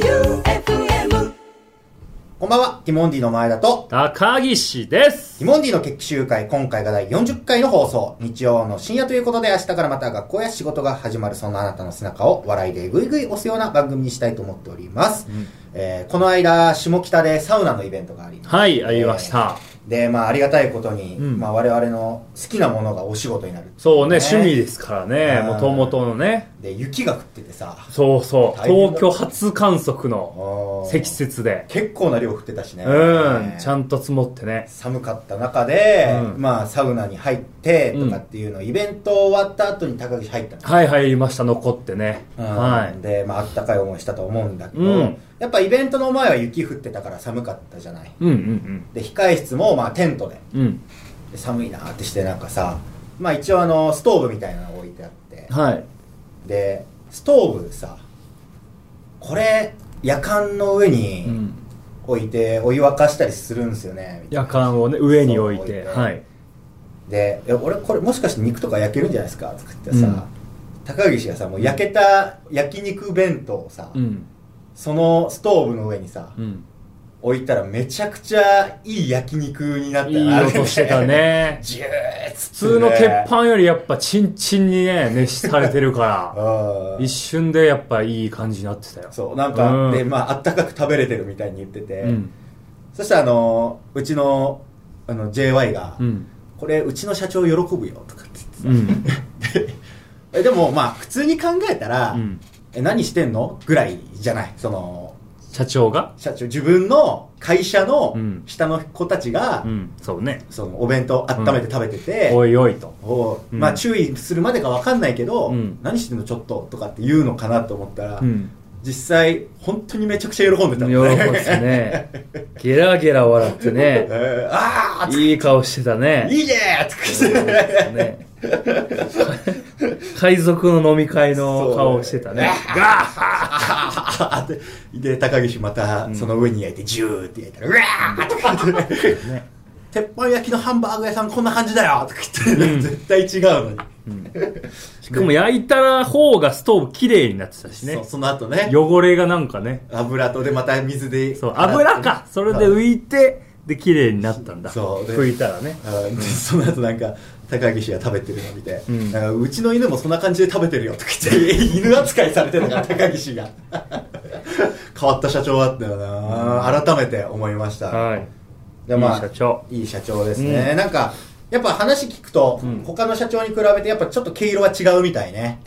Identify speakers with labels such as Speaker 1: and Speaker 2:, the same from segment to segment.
Speaker 1: J-O-E-U-F-M
Speaker 2: こんばんは、ティモンディの前田と、
Speaker 3: 高岸です
Speaker 2: ティモンディの決起集会、今回が第40回の放送、日曜の深夜ということで、明日からまた学校や仕事が始まるそんなあなたの背中を笑いでぐいぐい押すような番組にしたいと思っております。えーこの間、下北でサウナのイベントがあります。
Speaker 3: はいありました、
Speaker 2: で、まあ、ありがたいことに、
Speaker 3: うん
Speaker 2: まあ、我々の好きなものがお仕事になる。
Speaker 3: そうね趣味ですからね
Speaker 2: うん
Speaker 3: もともとのね
Speaker 2: で、雪が降っててさ、
Speaker 3: そうそう
Speaker 2: 大変だ
Speaker 3: 東京初観測の
Speaker 2: あー
Speaker 3: 積雪で
Speaker 2: 結構な量降ってたしね。
Speaker 3: うんちゃんと積もってね
Speaker 2: 寒かった中で、
Speaker 3: うん
Speaker 2: まあ、サウナに入ってとかっていうの、イベント終わった後に高岸入ったの
Speaker 3: はい入りました残ってね
Speaker 2: うん
Speaker 3: は
Speaker 2: で、まあ、あったかい思いしたと思うんだけど、
Speaker 3: うん
Speaker 2: やっぱイベントの前は雪降ってたから寒かったじゃない
Speaker 3: いうんうん
Speaker 2: で控室もまあテントで
Speaker 3: うんうん
Speaker 2: で寒いなーってしてなんかさまあ一応あのストーブみたいなの置いてあって
Speaker 3: はい
Speaker 2: でストーブさこれ夜間の上
Speaker 3: う
Speaker 2: に
Speaker 3: ん
Speaker 2: 置いてお湯沸かしたりするんですよね、みたい
Speaker 3: 夜
Speaker 2: な
Speaker 3: 間をね上に置いて
Speaker 2: そう
Speaker 3: はい
Speaker 2: でえ俺これもしかして肉とか焼けるんじゃないですかとか言ってさ、
Speaker 3: うん
Speaker 2: 高岸がさもう焼けた焼肉弁当をさ、
Speaker 3: うん
Speaker 2: そのストーブの上にさ、
Speaker 3: うん
Speaker 2: 置いたらめちゃくちゃいい焼肉になった
Speaker 3: いい
Speaker 2: な
Speaker 3: 音してた ね
Speaker 2: ジューッつ
Speaker 3: 普通の鉄板よりやっぱチンチンにね熱されてるから
Speaker 2: うん
Speaker 3: 一瞬でやっぱいい感じになってたよ
Speaker 2: そうなんか、
Speaker 3: うん
Speaker 2: でまああったかく食べれてるみたいに言ってて、
Speaker 3: うん
Speaker 2: そしたらあのうちのあの JY が、
Speaker 3: うん
Speaker 2: これうちの社長喜ぶよ」とかって言って
Speaker 3: うん
Speaker 2: えでもまあ普通に考えたら「
Speaker 3: うん
Speaker 2: え何してんの?」ぐらいじゃないその
Speaker 3: 社長が
Speaker 2: 社長自分の会社の
Speaker 3: うん
Speaker 2: 下の子たちが、
Speaker 3: うんそうね
Speaker 2: そのお弁当温めて食べてて、
Speaker 3: おいおいと
Speaker 2: おう
Speaker 3: うん
Speaker 2: まあ注意するまでか分かんないけど、
Speaker 3: うん
Speaker 2: 何してんのちょっととかって言うのかなと思ったら、
Speaker 3: うん
Speaker 2: 実際本当にめちゃくちゃ喜んで
Speaker 3: 喜
Speaker 2: た
Speaker 3: ん
Speaker 2: もんね
Speaker 3: でた ねゲラゲラ笑って ね
Speaker 2: えーああ
Speaker 3: いい顔してたね
Speaker 2: いいねーとか言って
Speaker 3: ね海賊の飲み会の顔してたね
Speaker 2: ガーハーってで高岸またその上に焼いてジューって焼いたらうわーとか言って、
Speaker 3: ね
Speaker 2: 鉄板焼きのハンバーグ屋さんこんな感じだよとか言って、
Speaker 3: うん
Speaker 2: 絶対違うのに、
Speaker 3: しかも焼いた方がストーブ綺麗になってた
Speaker 2: そ
Speaker 3: しね
Speaker 2: うその後ね
Speaker 3: 汚れがなんかね
Speaker 2: 油とでまた水で
Speaker 3: そう油かそれで
Speaker 2: うん
Speaker 3: 浮いてで綺麗になったんだ
Speaker 2: そうで
Speaker 3: 拭いたらね
Speaker 2: あーでその後なんか高岸が食べてるの見て、う
Speaker 3: うん
Speaker 2: なんかうちの犬もそんな感じで食べてるよとか言って 犬扱いされてるから高岸が 変わった社長だったよな改めて思いました、
Speaker 3: はい
Speaker 2: でまあ
Speaker 3: いい社長
Speaker 2: いい社長ですね、なんかやっぱ話聞くと、
Speaker 3: うん
Speaker 2: 他の社長に比べてやっぱちょっと毛色は違うみたいね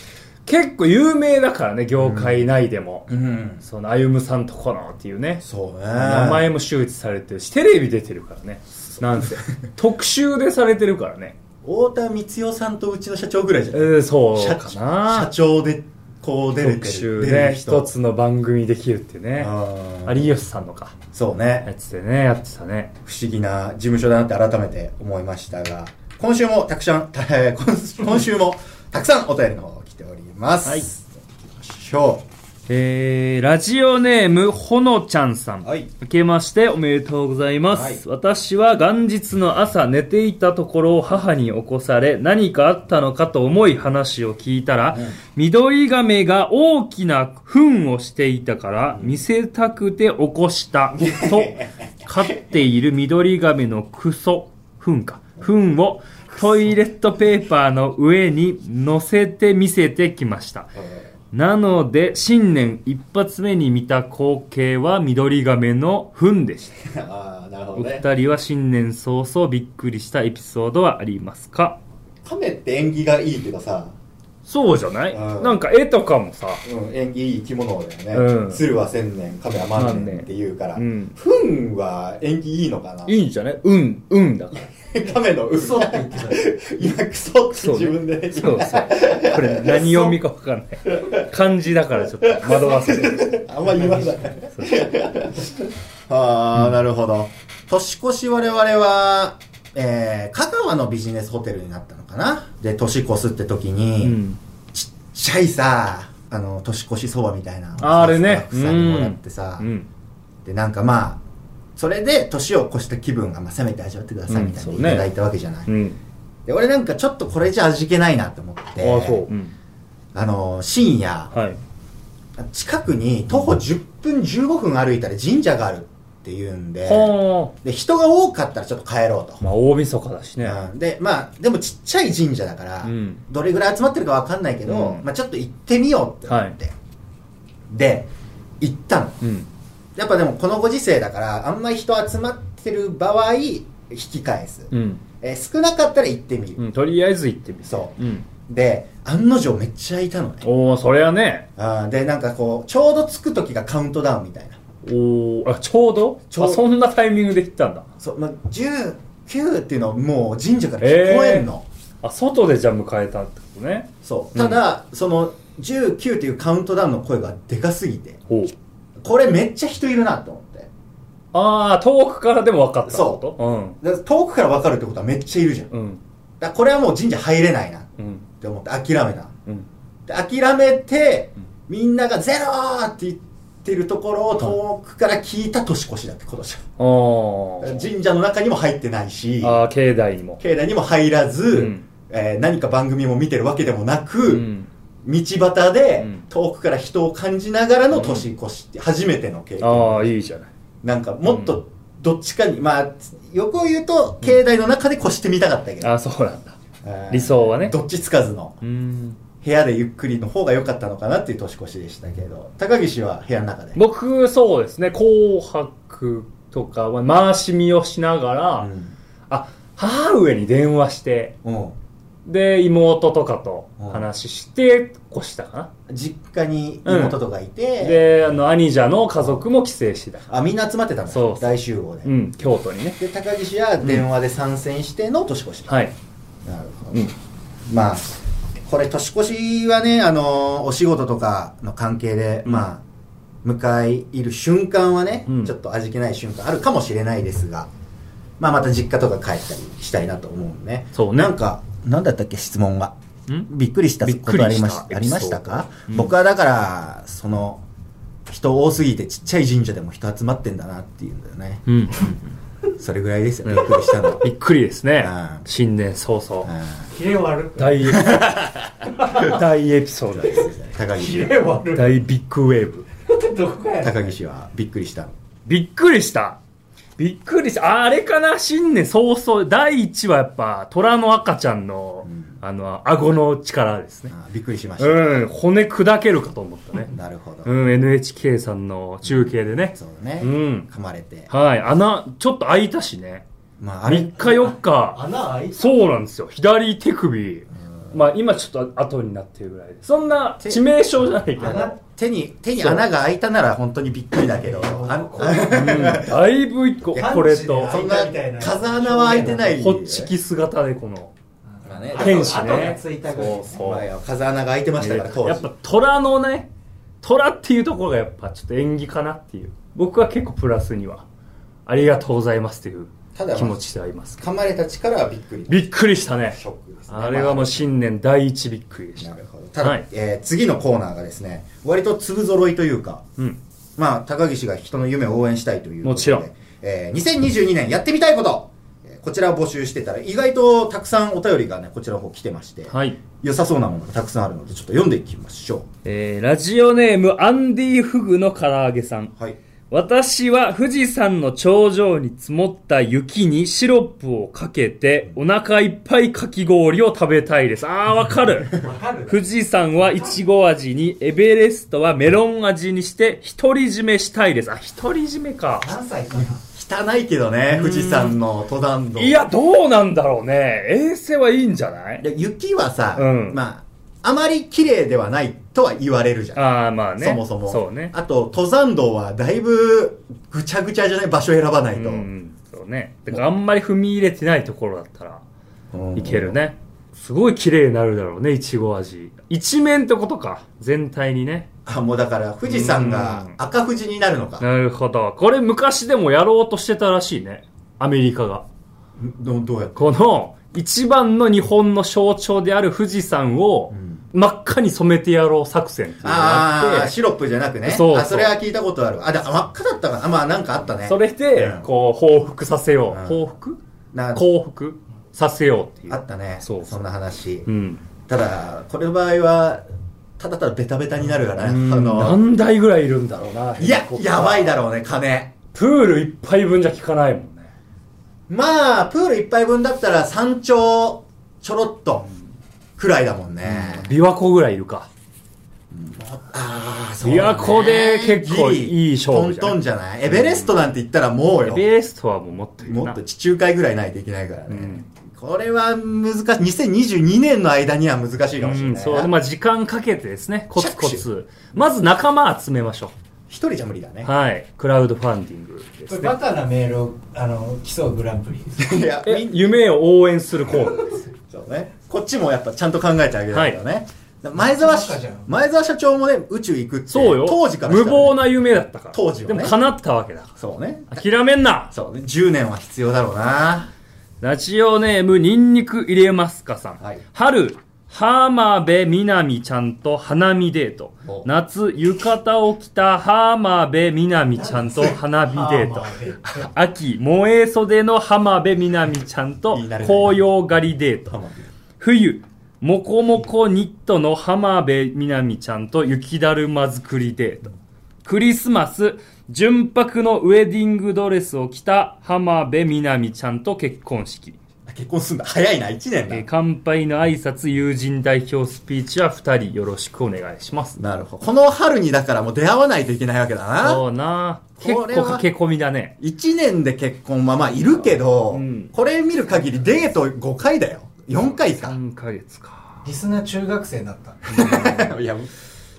Speaker 3: 結構有名だからね業界内でも
Speaker 2: うん
Speaker 3: その歩さんとこのっていうね
Speaker 2: そうね
Speaker 3: 名前も周知されてるしテレビ出てるからねなんせ特集でされてるからね
Speaker 2: 太田光代さん とうちの社長ぐらいじゃ
Speaker 3: え
Speaker 2: ない、
Speaker 3: ー、そう
Speaker 2: 社
Speaker 3: か
Speaker 2: 社
Speaker 3: な
Speaker 2: 長でこう出れてる
Speaker 3: 特集
Speaker 2: 出れる
Speaker 3: で
Speaker 2: 人
Speaker 3: 一つの番組できるっていうね
Speaker 2: あー
Speaker 3: 有吉さんのか
Speaker 2: そうね
Speaker 3: やつでねやってたね
Speaker 2: 不思議な事務所だなって改めて思いましたが、今週もたくさん、 た今週もたくさんお便りの方来ております。
Speaker 3: はい
Speaker 2: 行きましょ
Speaker 3: えー、ラジオネームほのちゃんさん、
Speaker 2: はい
Speaker 3: 明けましておめでとうございます、
Speaker 2: はい
Speaker 3: 私は元日の朝寝ていたところを母に起こされ何かあったのかと思い話を聞いたら、
Speaker 2: うん
Speaker 3: 緑亀が大きな糞をしていたから見せたくて起こした と飼っている緑亀のクソ糞か糞をトイレットペーパーの上に乗せて見せてきました
Speaker 2: う。
Speaker 3: なので、新年一発目に見た光景は緑亀の糞でした。
Speaker 2: ああ、なるほ
Speaker 3: お二人は新年早々びっくりしたエピソードはありますか
Speaker 2: 亀って縁起がいいけどさ、
Speaker 3: そうじゃない
Speaker 2: うん
Speaker 3: なんか絵とかもさ、
Speaker 2: うん、縁起いい生き物だよね。
Speaker 3: うん
Speaker 2: 鶴は千年、亀は万年って言うから、
Speaker 3: うん
Speaker 2: 糞は縁起いいのかない
Speaker 3: いんじゃないうん、うんだから。
Speaker 2: 亀の糞。今、クソって
Speaker 3: そうね
Speaker 2: 自分で、ね、
Speaker 3: そうそう。これ何読みかわかんない。漢字だからちょっと惑わせて。
Speaker 2: あんま言わない。ああ、なるほど。年越し我々は、えー、香川のビジネスホテルになったのかなで、年越すって時に、
Speaker 3: うん。
Speaker 2: ちっちゃいさ、あの、年越しそばみたいな。
Speaker 3: ああれね。
Speaker 2: スタッフさんにもらってさ、
Speaker 3: うん。
Speaker 2: で、なんかまあ、それで年を越した気分が、まあ、せめて味わってくださいみたいな、
Speaker 3: うん
Speaker 2: い
Speaker 3: そうね
Speaker 2: ただいたわけじゃない。
Speaker 3: うん。
Speaker 2: で、俺なんかちょっとこれじゃ味気ないなと思って、
Speaker 3: ああ、そう。うん。
Speaker 2: あの、深夜、
Speaker 3: はい。
Speaker 2: 近くに徒歩10分15分歩いたら神社があるっていうんで
Speaker 3: ほ
Speaker 2: で人が多かったらちょっと帰ろうと
Speaker 3: う。まあ、大晦日だしね。
Speaker 2: うんでまあでもちっちゃい神社だから、
Speaker 3: うん
Speaker 2: どれぐらい集まってるかわかんないけど、
Speaker 3: うん
Speaker 2: まあ、ちょっと行ってみようって思って、で行ったの
Speaker 3: うん。
Speaker 2: やっぱでもこのご時世だからあんまり人集まってる場合引き返す、
Speaker 3: うん。
Speaker 2: えー少なかったら行ってみる、
Speaker 3: うん。とりあえず行ってみる。。
Speaker 2: そう
Speaker 3: うん。
Speaker 2: で案の定めっちゃいたのね
Speaker 3: おー、それはね。
Speaker 2: あーでなんかこうちょうど着く時がカウントダウンみたいな
Speaker 3: おー、あ、ちょうど
Speaker 2: ちょうど
Speaker 3: あそんなタイミングで行ったんだ。
Speaker 2: そう、まあ、19っていうのはもう神社から聞こえんの、
Speaker 3: あ、外でじゃあ迎えたってことね。
Speaker 2: そうただ、その19っていうカウントダウンの声がでかすぎて
Speaker 3: おう。
Speaker 2: これめっちゃ人いるなと思って
Speaker 3: あー、遠くからでも分かったってこと
Speaker 2: だから遠くから分かるってことはめっちゃいるじゃんだか
Speaker 3: う。うん。
Speaker 2: らこれはもう神社入れないなっ
Speaker 3: うん。
Speaker 2: て思って諦めた
Speaker 3: うん。
Speaker 2: で諦めて
Speaker 3: うん
Speaker 2: みんなが「ゼロ!」って言ってるところを遠くから聞いた年越しだってことじ
Speaker 3: あー
Speaker 2: ゃん。神社の中にも入ってないし
Speaker 3: あー、境内にも。
Speaker 2: 境内にも入らず、
Speaker 3: うん
Speaker 2: えー何か番組も見てるわけでもなく、
Speaker 3: うん。
Speaker 2: 道端で
Speaker 3: うん
Speaker 2: 遠くから人を感じながらの年越しって初めての経験、
Speaker 3: ああ、いいじゃない。
Speaker 2: なんかもっとどっちかに、まあ欲を言うと境内の中で越してみたかったけど、
Speaker 3: ああ、そうなんだ。
Speaker 2: えー
Speaker 3: 理想はね
Speaker 2: どっちつかずの
Speaker 3: うん。
Speaker 2: 部屋でゆっくりの方が良かったのかなっていう年越しでしたけど高岸は部屋の中で、
Speaker 3: 僕、そうですね、紅白とかは回し見をしながら、
Speaker 2: うん
Speaker 3: あ、母上に電話して、
Speaker 2: うん、
Speaker 3: で、妹とかと話して、越したか
Speaker 2: 実家に妹とかいて、
Speaker 3: な。で、あの、兄者の家族も帰省してた。
Speaker 2: あみんな集まってたんだ
Speaker 3: そう
Speaker 2: 大集合で、
Speaker 3: うん、京都にね。
Speaker 2: で高岸は電話で参戦しての年越し、
Speaker 3: はい。
Speaker 2: なるほど、
Speaker 3: うん
Speaker 2: まあこれ年越しはねあのお仕事とかの関係で、
Speaker 3: うん
Speaker 2: まあ迎えいる瞬間はね、
Speaker 3: うん
Speaker 2: ちょっと味気ない瞬間あるかもしれないですが、まあ、また実家とか帰ったりしたいなと思うんでね
Speaker 3: そうね
Speaker 2: なんか何だったっけ質問が
Speaker 3: ん
Speaker 2: びっくりしたこ
Speaker 3: びっくりし
Speaker 2: と
Speaker 3: た
Speaker 2: ありました
Speaker 3: エピソード
Speaker 2: ありましたか、
Speaker 3: うん
Speaker 2: 僕はだからその人多すぎてちっちゃい神社でも人集まってんだなっていうんだよね
Speaker 3: うん。
Speaker 2: それぐらいですよびっくり したの
Speaker 3: びっくりですね
Speaker 2: うん。
Speaker 3: 新年早々。
Speaker 2: あ
Speaker 4: キレ悪く
Speaker 3: 大エピソード。 大エピソードです。
Speaker 2: ー高
Speaker 4: キ
Speaker 2: 岸
Speaker 4: レ悪
Speaker 3: 大ビッグウェーブ。
Speaker 4: くどこかや
Speaker 2: 高岸はびっくりしたの
Speaker 3: びっくりした。びっくりした。あれかな新年早々。第1話やっぱ、虎の赤ちゃんの、
Speaker 2: ん
Speaker 3: あの、顎の力ですね。
Speaker 2: あーびっくりしました、
Speaker 3: うん、骨砕けるかと思ったね。
Speaker 2: なるほど、
Speaker 3: うん、NHK さんの中継でね。
Speaker 2: そうだね、
Speaker 3: うん
Speaker 2: 噛まれて、
Speaker 3: はい、穴、ちょっと開いたしね。
Speaker 2: まあ、あれ
Speaker 3: 3日4日。
Speaker 4: 穴開いて
Speaker 3: そうなんですよ。左手首。まあ今ちょっと後になってるぐらいで。そんな
Speaker 2: 手
Speaker 3: 致命傷じゃないけど。
Speaker 4: 穴
Speaker 2: 手に手に穴が開いたなら本当にびっくりだけどあん
Speaker 4: こう
Speaker 2: あ
Speaker 3: うんだいぶ一個、
Speaker 2: いや
Speaker 3: これと、
Speaker 2: そんな
Speaker 4: 開いたみたいな
Speaker 2: 風穴は開いてない
Speaker 3: ホッチキ姿でこの。
Speaker 2: まあね
Speaker 3: 天使ね
Speaker 4: 跡がついたぐらい
Speaker 3: そうそう
Speaker 2: まあ風穴が開いてましたから当時
Speaker 3: やっぱ虎のね虎っていうところがやっぱちょっと縁起かなっていう僕は結構プラスにはありがとうございますという
Speaker 2: ただまあ
Speaker 3: 気持ちではいますけど
Speaker 2: 噛まれた力はびっくり
Speaker 3: びっくりしたね
Speaker 2: ショックですね
Speaker 3: あれはもう新年第一びっくりでした
Speaker 2: なるほどただ、
Speaker 3: はい
Speaker 2: えー次のコーナーがですね割と粒揃いというか
Speaker 3: うん
Speaker 2: まあ、高岸が人の夢を応援したいということで
Speaker 3: もちろん、
Speaker 2: えー2022年やってみたいこと、えーこちらを募集してたら、意外とたくさんお便りがね、こちらの方来てまして、
Speaker 3: はい
Speaker 2: 良さそうなものがたくさんあるので、ちょっと読んでいきましょ
Speaker 3: えー、ラジオネームアンディ・フグの唐揚げさん
Speaker 2: う。はい。
Speaker 3: 私は富士山の頂上に積もった雪にシロップをかけてお腹いっぱいかき氷を食べたいですあーわ かる
Speaker 4: わかる
Speaker 3: 富士山はいちご味に、エベレストはメロン味にして、独り占めしたいです。あ、独り占めか。
Speaker 4: 何歳かな
Speaker 2: 汚いけどね、富士山の登山道。
Speaker 3: いや、どうなんだろうね。衛星はいいんじゃない
Speaker 2: で、雪はさ、
Speaker 3: うん
Speaker 2: まあ、あまり綺麗ではないとは言われるじゃん。
Speaker 3: ああ、まあね。
Speaker 2: そもそも。
Speaker 3: そうね。
Speaker 2: あと、登山道はだいぶぐちゃぐちゃじゃない場所選ばな
Speaker 3: う
Speaker 2: いと。
Speaker 3: ん、そうね。だからあんまり踏み入れてないところだったら
Speaker 2: うん
Speaker 3: いけるね。すごい綺麗になるだろうね、いちご味。一面ってことか。全体にね。
Speaker 2: あ、もうだから、富士山が赤富士になるのか。
Speaker 3: なるほど。これ昔でもやろうとしてたらしいね。アメリカが。
Speaker 2: どどうやって
Speaker 3: この一番の日本の象徴である富士山を真っ赤に染めてやろう作戦っていうのが
Speaker 2: あ
Speaker 3: あ
Speaker 2: あ、
Speaker 3: って、
Speaker 2: シロップじゃなくね。
Speaker 3: そうそう
Speaker 2: あ、それは聞いたことあるわ。あ、で真っ赤だったかな。あまあ、なんかあったね。
Speaker 3: それで
Speaker 2: うん、
Speaker 3: こう、報復させよ
Speaker 2: うん
Speaker 3: う。報復
Speaker 2: な
Speaker 3: 降伏させようってい
Speaker 2: あ
Speaker 3: う
Speaker 2: っ。たね。
Speaker 3: そう
Speaker 2: そんな話
Speaker 3: う。ん。
Speaker 2: ただ、これの場合は、ただただベタベタになるよね。あの、
Speaker 5: 何台ぐらいいるんだろうな。
Speaker 2: いや
Speaker 5: ヘリコ、プター
Speaker 2: やばい。だろうね、金。
Speaker 5: プール一杯分じゃ効かないもんね。
Speaker 2: まあ、プール一杯分だったら山頂ちょろっとくらいだもんね。
Speaker 5: 琵琶湖ぐらいいるか。
Speaker 2: ああ、
Speaker 5: 琵琶湖で結構
Speaker 2: ギ
Speaker 5: い
Speaker 2: リ
Speaker 5: い勝負じゃない
Speaker 2: トントンじゃないエベレストなんて言ったらもう
Speaker 3: エ
Speaker 2: よ。
Speaker 3: ベレストはもうもっといるな
Speaker 2: もっと地中海ぐらいないといけないからね。
Speaker 3: うん
Speaker 2: これは難しい。2022年の間には難しいかもしれ
Speaker 3: うん、
Speaker 2: ない
Speaker 3: そう、
Speaker 2: な。
Speaker 3: まあ、時間かけてですね、コツコツ。まず仲間集めましょ
Speaker 2: 一人じゃ無理だ
Speaker 3: う。
Speaker 2: ね。
Speaker 3: はい。クラウドファンディングで
Speaker 4: こ
Speaker 3: す
Speaker 4: れ
Speaker 3: ね。
Speaker 4: バカなメールをあの競うグランプリです。
Speaker 2: いや、み
Speaker 3: え
Speaker 2: ん
Speaker 3: 夢を応援するコーナーです。
Speaker 2: そうね。こっちもやっぱちゃんと考えてあげないとね。前澤し
Speaker 4: バカじゃん
Speaker 2: 前澤社長もね、宇宙行くって。
Speaker 3: そうよ。
Speaker 2: 当時からしたら
Speaker 3: 無
Speaker 2: ね
Speaker 3: 謀な夢だったから。
Speaker 2: 当時はね
Speaker 3: でも叶ったわけだか
Speaker 2: そうね。
Speaker 3: ら。諦めんな
Speaker 2: そうね。10年は必要だろうな。
Speaker 3: ラジオネーム、ニンニク入れますかさん。
Speaker 2: はい
Speaker 3: 春、浜辺美波ちゃんと花見デート
Speaker 2: お。
Speaker 3: 夏、浴衣を着た浜辺美波ちゃんと花火デート。秋、萌え袖の浜辺美波ちゃんと
Speaker 2: いいなれないな
Speaker 3: 紅葉狩りデート。冬、もこもこニットの浜辺美波ちゃんと雪だるま作りデート。クリスマス、純白のウェディングドレスを着た浜辺美波ちゃんと結婚式。
Speaker 2: 結婚すんだ。早いな、1年だ。
Speaker 3: えー乾杯の挨拶、友人代表スピーチは二人よろしくお願いします。
Speaker 2: なるほど。この春にだからもう出会わないといけないわけだな。
Speaker 3: そうな結
Speaker 2: こ
Speaker 3: 構
Speaker 2: れは
Speaker 3: 駆け込みだね。
Speaker 2: 1年で結婚はまあいるけど、
Speaker 3: うん
Speaker 2: これ見る限りデート5回だよ。4回か。
Speaker 3: 3ヶ月か。
Speaker 4: リスナー中学生だっ た。
Speaker 2: いや、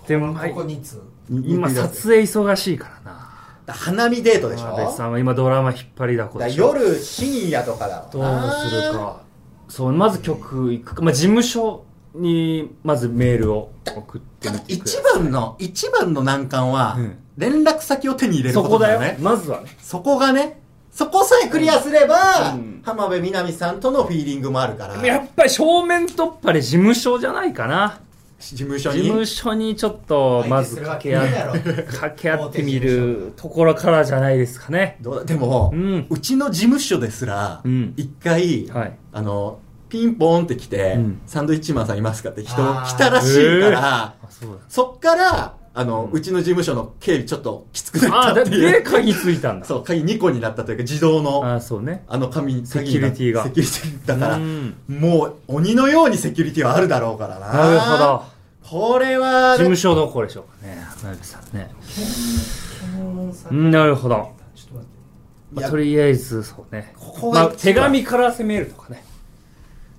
Speaker 3: でも、
Speaker 4: ここに通。
Speaker 3: 今撮影忙しいからな。
Speaker 2: 花見デートでし
Speaker 3: 安倍さ
Speaker 2: ょ
Speaker 3: んは今ドラマ引っ張りだこ
Speaker 2: だから
Speaker 3: でしょ
Speaker 2: 夜深夜とかだ
Speaker 3: ど
Speaker 2: ろ
Speaker 3: うするかそうまず曲いくか、まあ、事務所にまずメールを送ってみてくださ
Speaker 2: 一
Speaker 3: い
Speaker 2: 番の一番の難関は、
Speaker 3: うん
Speaker 2: 連絡先を手に入れる
Speaker 3: そ
Speaker 2: こ
Speaker 3: こと
Speaker 2: だ
Speaker 3: だよ
Speaker 2: よね
Speaker 3: まずはね
Speaker 2: そこがねそこさえクリアすれば、
Speaker 3: うん
Speaker 2: 浜辺美波さんとのフィーリングもあるから
Speaker 3: やっぱり正面突破で事務所じゃないかな
Speaker 2: 事務
Speaker 3: 事
Speaker 2: 所に
Speaker 3: 務所にちょっとまず掛け合って
Speaker 4: 相手するわけねえだろ
Speaker 3: 掛け合ってみるところからじゃないですかね
Speaker 2: どうだでも、
Speaker 3: う
Speaker 2: うんちの事務所ですら
Speaker 3: うん
Speaker 2: 一、回、
Speaker 3: はい
Speaker 2: あのピンポーンって来て、
Speaker 3: うん
Speaker 2: サンドイッチマンさんいますかって人
Speaker 4: あー
Speaker 2: 来たらしいから、
Speaker 3: あそう
Speaker 2: そっからあの、うちの事務所の警備ちょっときつく
Speaker 3: だ
Speaker 2: な
Speaker 3: あ
Speaker 2: った
Speaker 3: で
Speaker 2: っていう
Speaker 3: で鍵ついたんだ
Speaker 2: そう、鍵2個になったというか、自動の、
Speaker 3: あそうね
Speaker 2: あの紙に、
Speaker 3: セキュリティが
Speaker 2: セキュリティだから、
Speaker 3: うん
Speaker 2: もう鬼のようにセキュリティはあるだろうからな。
Speaker 3: なるほど。
Speaker 2: これはね、
Speaker 3: 事務所どこでしょうかね花火さんね
Speaker 4: 検問さん
Speaker 3: うんなるほど
Speaker 4: ちょっと待っ
Speaker 2: い
Speaker 4: て。
Speaker 3: まあ、
Speaker 2: や
Speaker 3: とりあえず、そうね。
Speaker 2: ここ
Speaker 3: ま
Speaker 2: が
Speaker 3: あ、
Speaker 2: 一
Speaker 3: 手
Speaker 2: 番
Speaker 3: 紙から攻めるとかね。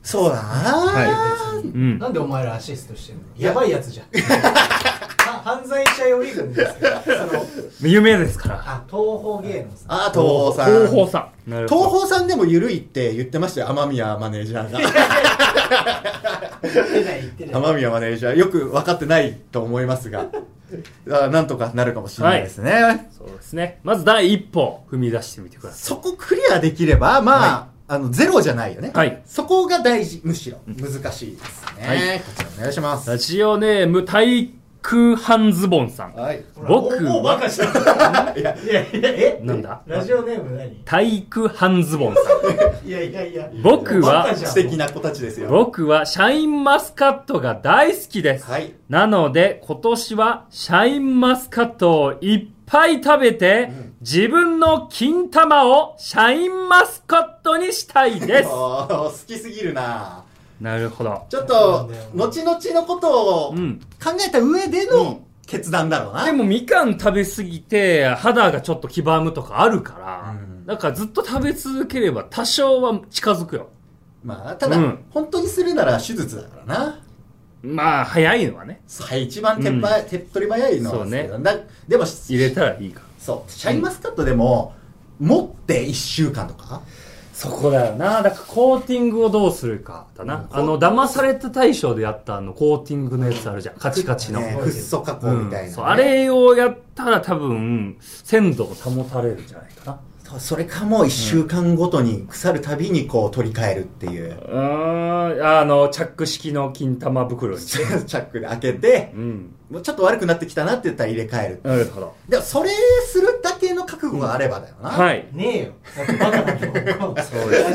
Speaker 2: そうだな、
Speaker 3: は
Speaker 4: 別に
Speaker 3: うん
Speaker 4: なんでお前らアシストしてんのやばいやつじゃん。は犯罪者寄り軍ですよ。その、
Speaker 3: 夢ですから。
Speaker 4: あ、東方芸能さん。
Speaker 2: あ、東宝さん。
Speaker 3: 東宝さん。なる
Speaker 2: 東
Speaker 3: ほど。
Speaker 2: 宝さんでも緩いって言ってましたよ、天宮マネージャーが。
Speaker 4: 言ってない言ってない。
Speaker 2: 天宮マネージャー、よく分かってないと思います が、あなんとかなるかもしれないですね。
Speaker 3: そうですね。まず第一歩、踏み出してみてくださ
Speaker 2: そこクリアできれば、まあ、あの、ゼロじゃないよね。
Speaker 3: はい
Speaker 2: そこが大事、むしろ。難しいですね。
Speaker 3: は
Speaker 2: こちらお願いしま
Speaker 3: い。
Speaker 2: す。
Speaker 3: ラジオネーム、体育半ズボンさん。
Speaker 2: はい。
Speaker 4: ほら
Speaker 3: 僕は
Speaker 4: もうもうバカしてるいやいや、え
Speaker 3: なんだ
Speaker 4: ラジオネーム何
Speaker 3: 体育半ズボンさん。
Speaker 4: いやいやいや。
Speaker 3: 僕
Speaker 4: バカ
Speaker 3: は
Speaker 4: じ、ゃん
Speaker 2: 素敵な子たちですよ。
Speaker 3: 僕はシャインマスカットが大好きです。
Speaker 2: はい。
Speaker 3: なので、今年はシャインマスカットをいっぱい食べて、自分の金玉をシャインマスカットにしたいです。
Speaker 2: おー好きすぎるな
Speaker 3: なるほど。
Speaker 2: ちょっと、後々のことを
Speaker 3: う
Speaker 2: 考
Speaker 3: ん。
Speaker 2: えた上での決断だろうな。
Speaker 3: でもみかん食べ過ぎて肌がちょっと黄ばむとかあるから、
Speaker 2: うん
Speaker 3: だからずっと食べ続ければ多少は近づくよ。
Speaker 2: まあ、ただ、
Speaker 3: うん
Speaker 2: 本当にするなら手術だからな。
Speaker 3: まあ、早いのはね、
Speaker 2: はい、一番手っ早い手っ取り早いのは
Speaker 3: そうね
Speaker 2: ですけどだでも、
Speaker 3: 入れたらいいから。
Speaker 2: そう、シャインマスカットでも、持って1週間とか
Speaker 3: そこだよな。だからコーティングをどうするかだな。あの、騙された大賞でやったあのコーティングのやつあるじゃん。カチカチの。
Speaker 2: ねフッ素加工みたいなね、
Speaker 3: そうあれをやったら多分鮮度を保たれるんじゃないか
Speaker 2: そうそれかも1週間ごとに腐るたびにこう取り替えるっていう、
Speaker 3: なうーんあのチャック式の金玉袋に
Speaker 2: チャックで開けて
Speaker 3: うん
Speaker 2: もうちょっと悪くなってきたなって言ったら入れ替える
Speaker 3: なるほど
Speaker 2: でもそれするだけの覚悟があればだよな、
Speaker 3: はい
Speaker 4: ねえよ。だってバカだもん。ラ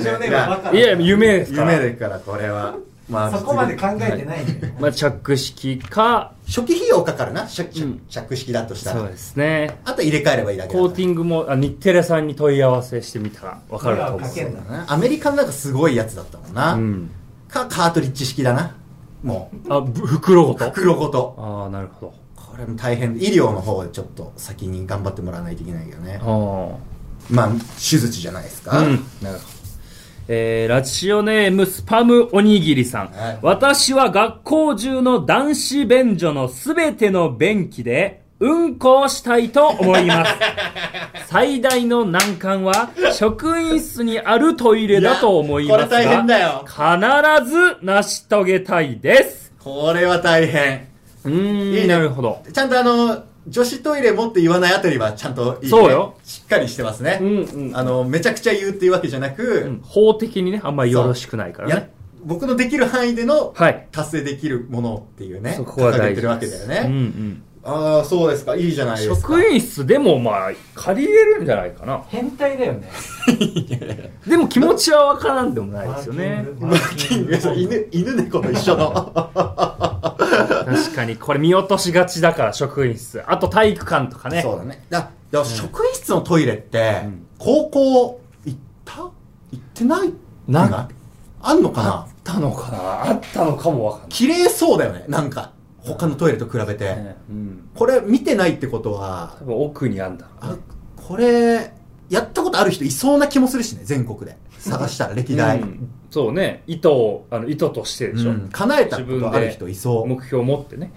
Speaker 4: ジオネームはバカだもん
Speaker 3: いや夢ですから
Speaker 2: 夢だからこれはま
Speaker 4: そこまで考えてないんだよ。
Speaker 3: まあ、着式か、
Speaker 2: 初期費用かかるな着
Speaker 3: うん
Speaker 2: 着式だとした
Speaker 3: そう
Speaker 2: ら
Speaker 3: ですね。
Speaker 2: あと入れ替えればいいだけだ
Speaker 3: コーテ
Speaker 2: ィ
Speaker 3: ィングも、あ日テレさんに問い合わせしてみたら分かると思う。
Speaker 4: 迷惑かけんな
Speaker 2: アメリカのなんかすごいやつだったもんな、
Speaker 3: うん。
Speaker 2: かカートリッジ式だなもう
Speaker 3: あ、ぶ袋ごと
Speaker 2: 袋ごと
Speaker 3: ああ、なるほ
Speaker 2: これも大変医療の方ちょっと先に頑張ってもらわないといけないけどね
Speaker 3: ど。ああ。
Speaker 2: まあ手術じゃないですか、
Speaker 3: うん
Speaker 2: なるほ
Speaker 3: えーラジオネームスパムおにぎりさん、
Speaker 2: はい
Speaker 3: 私は学校中の男子便所のすべての便器で運行したいと思います 最大の難関は職員室にあるトイレだと思います
Speaker 2: いやこれ大変だ
Speaker 3: が必ず成し遂げたいです
Speaker 2: どこれは大変
Speaker 3: う
Speaker 2: い
Speaker 3: ーん
Speaker 2: いね
Speaker 3: なるほど
Speaker 2: ちゃんとあの女子トイレもって言わないあたりはちゃんといい、ね、
Speaker 3: そうよ
Speaker 2: しっかりしてますね、
Speaker 3: うんうん
Speaker 2: あのめちゃくちゃ言うっていうわけじゃなく、
Speaker 3: うん法的にねあんまりよろしくないから
Speaker 2: や
Speaker 3: ね
Speaker 2: 僕のできる範囲での
Speaker 3: はい
Speaker 2: 達成できるものっていうね、
Speaker 3: そこは
Speaker 2: 掲げ
Speaker 3: 大
Speaker 2: て
Speaker 3: 事
Speaker 2: るわけ
Speaker 3: で
Speaker 2: だよ
Speaker 3: す
Speaker 2: ね、
Speaker 3: うんうん
Speaker 2: ああそうですかいいじゃないですか
Speaker 3: 職員室でもまあ借りれるんじゃないかな
Speaker 4: 変態だよね。
Speaker 3: でも気持ちはわからんでもないですよね。
Speaker 4: マ
Speaker 2: マ
Speaker 4: ー
Speaker 2: ー
Speaker 4: キ
Speaker 2: キ
Speaker 4: ン
Speaker 2: ン
Speaker 4: グ
Speaker 2: グ そう犬犬猫と一緒の
Speaker 3: 確かに、これ見落としがちだから、職員室。あと体育館とかね。
Speaker 2: そうだ ねだだから職員室のトイレって、高校行った行ってない
Speaker 5: なん
Speaker 2: かあんのかな
Speaker 5: あったのかなあったのかもわかんない。
Speaker 2: 綺麗そうだよねなんか他のトイレと比べて、
Speaker 5: うん。
Speaker 2: これ見てないってことは
Speaker 5: 多分奥にあんだろうね
Speaker 2: あこれやったことある人いそうな気もするしね全国で探したら歴代、
Speaker 3: うんそうね。意図を、あの、意図としてでしょ。
Speaker 2: うん叶えたことある人いそう、
Speaker 3: 目標を持ってね。